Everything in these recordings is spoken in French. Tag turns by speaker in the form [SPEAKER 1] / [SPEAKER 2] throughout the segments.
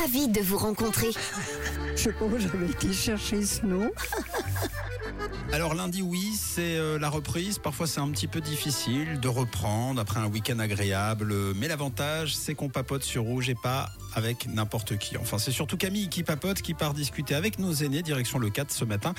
[SPEAKER 1] Ravie de vous rencontrer.
[SPEAKER 2] Je sais pas où j'avais été chercher ce nom.
[SPEAKER 3] Alors lundi oui, c'est euh, la reprise. Parfois c'est un petit peu difficile de reprendre après un week-end agréable. Euh, Mais l'avantage c'est qu'on papote sur rouge et pas avec n'importe qui. Enfin c'est surtout Camille qui papote, qui part discuter avec nos aînés, direction le 4 ce matin,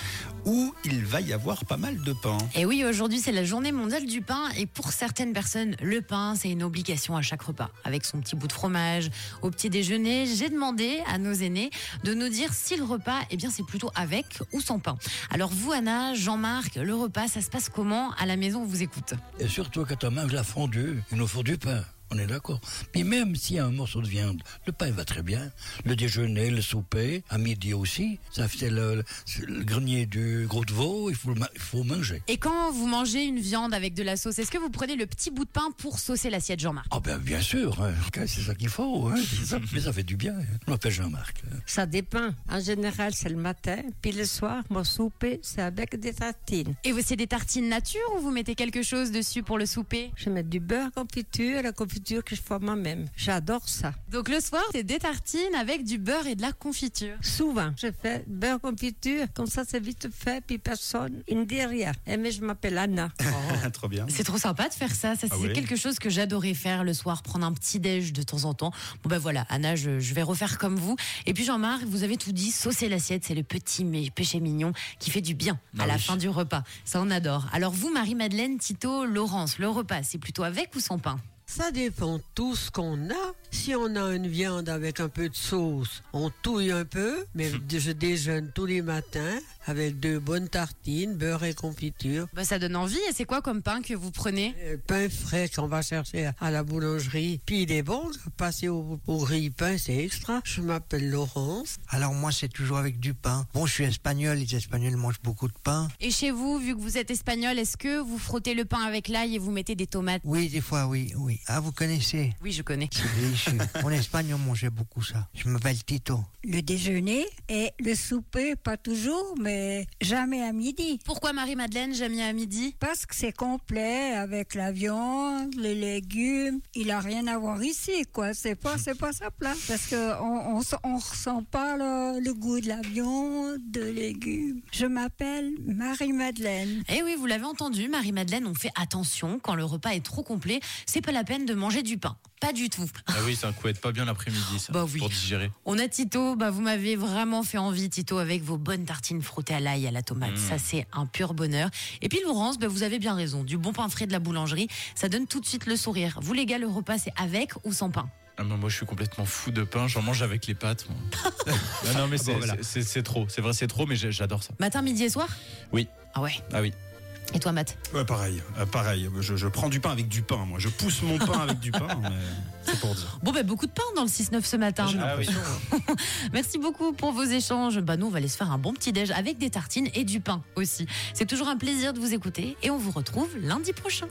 [SPEAKER 3] où il va y avoir pas mal de pain.
[SPEAKER 4] Et oui, aujourd'hui, c'est la journée mondiale du pain. Et pour certaines personnes, le pain, c'est une obligation à chaque repas. Avec son petit bout de fromage, au petit déjeuner, j'ai demandé à nos aînés de nous dire si le repas, eh bien, c'est plutôt avec ou sans pain. Alors, vous, Anna, Jean-Marc, le repas, ça se passe comment À la maison, on vous écoute.
[SPEAKER 5] Et surtout quand on mange la fondue, il nous faut du pain. On est d'accord. Puis même s'il y a un morceau de viande, le pain va très bien. Le déjeuner, le souper, à midi aussi. Ça fait le, le grenier du gros de veau, il faut, le ma- il faut manger.
[SPEAKER 4] Et quand vous mangez une viande avec de la sauce, est-ce que vous prenez le petit bout de pain pour saucer l'assiette, Jean-Marc
[SPEAKER 5] Ah ben bien sûr, hein. Ok, c'est ça qu'il faut. hein. C'est ça, mais ça fait du bien. hein. Je m'appelle Jean-Marc. hein.
[SPEAKER 2] Ça dépend. En général, c'est le matin. Puis le soir, mon souper, c'est avec des tartines.
[SPEAKER 4] Et vous, c'est des tartines nature ou vous mettez quelque chose dessus pour le souper
[SPEAKER 2] Je mets du beurre confiture, la confiture que je fais moi-même. J'adore ça.
[SPEAKER 4] Donc le soir, c'est des tartines avec du beurre et de la confiture.
[SPEAKER 2] Souvent, je fais beurre confiture. Comme ça, c'est vite fait. Puis personne, il ne dit rien. Eh, mais je m'appelle Anna.
[SPEAKER 3] Trop bien.
[SPEAKER 4] C'est trop sympa de faire ça. ça
[SPEAKER 3] Ah
[SPEAKER 4] c'est
[SPEAKER 3] ouais.
[SPEAKER 4] quelque chose que j'adorais faire le soir, prendre un petit déj de temps en temps. Bon ben voilà, Anna, je, je vais refaire comme vous. Et puis Jean-Marc, vous avez tout dit, saucer l'assiette, c'est le petit mé- péché mignon qui fait du bien à
[SPEAKER 3] Ah
[SPEAKER 4] la
[SPEAKER 3] oui.
[SPEAKER 4] fin du repas. Ça, on adore. Alors vous, Marie-Madeleine, Tito, Laurence, le repas, c'est plutôt avec ou sans pain
[SPEAKER 6] Ça dépend tout ce qu'on a. Si on a une viande avec un peu de sauce, on touille un peu, mais je déjeune tous les matins avec deux bonnes tartines, beurre et confiture.
[SPEAKER 4] Bah ça donne envie. Et c'est quoi comme pain que vous prenez
[SPEAKER 6] Euh, Pain frais qu'on va chercher à la boulangerie. Puis il est bon, passer au, au grille-pain, c'est extra. Je m'appelle Laurence.
[SPEAKER 7] Alors moi c'est toujours avec du pain. Bon je suis espagnol, les espagnols mangent beaucoup de pain.
[SPEAKER 4] Et chez vous, vu que vous êtes espagnol, est-ce que vous frottez le pain avec l'ail et vous mettez des tomates
[SPEAKER 7] Oui des fois oui, oui. Ah vous connaissez
[SPEAKER 4] Oui, je connais.
[SPEAKER 7] C'est délicieux. en Espagne on mangeait beaucoup ça. Je m'appelle Tito.
[SPEAKER 8] le déjeuner et le souper, pas toujours, mais jamais à midi.
[SPEAKER 4] Pourquoi Marie-Madeleine, j'ai mis à midi
[SPEAKER 8] Parce que c'est complet avec la viande, les légumes. Il a rien à voir ici, quoi. C'est pas, c'est pas sa place. Parce que on, on, sent- on ressent pas le, le goût de la viande, de légumes. Je m'appelle Marie-Madeleine.
[SPEAKER 4] Eh oui, vous l'avez entendu, Marie-Madeleine, on fait attention quand le repas est trop complet, c'est pas la peine de manger du pain. Pas du tout.
[SPEAKER 9] Ah oui, c'est un coup être pas bien l'après-midi, ça.
[SPEAKER 4] Bah oui.
[SPEAKER 9] Pour digérer.
[SPEAKER 4] On a Tito, bah vous m'avez vraiment fait envie, Tito, avec vos bonnes tartines frottées à l'ail et à la
[SPEAKER 9] Mm.
[SPEAKER 4] tomate. Ça, c'est un pur bonheur. Et puis, Laurence, bah, vous avez bien raison. Du bon pain frais de la boulangerie, ça donne tout de suite le sourire. Vous, les gars, le repas, c'est avec ou sans pain
[SPEAKER 9] Ah, mais moi, je suis complètement fou de pain. J'en mange avec les pâtes. moi. non,
[SPEAKER 4] Ah, bah
[SPEAKER 9] non, mais c'est
[SPEAKER 3] voilà.
[SPEAKER 9] c'est- c'est trop. C'est vrai, c'est trop, mais j'ai- j'adore ça.
[SPEAKER 4] Matin, midi et soir
[SPEAKER 9] Oui.
[SPEAKER 4] Ah ouais.
[SPEAKER 9] Ah oui.
[SPEAKER 4] Et toi, Matt
[SPEAKER 3] Ouais, pareil, euh, pareil. Je, je prends du pain avec du pain, moi. Je pousse mon pain avec du pain, mais c'est pour dire.
[SPEAKER 4] Bon, bah, beaucoup de pain dans le 6-9 ce matin.
[SPEAKER 3] J'ai
[SPEAKER 4] non
[SPEAKER 3] l'impression.
[SPEAKER 4] Merci beaucoup pour vos échanges. Bah nous, on va aller se faire un bon petit déj avec des tartines et du pain aussi. C'est toujours un plaisir de vous écouter et on vous retrouve lundi prochain.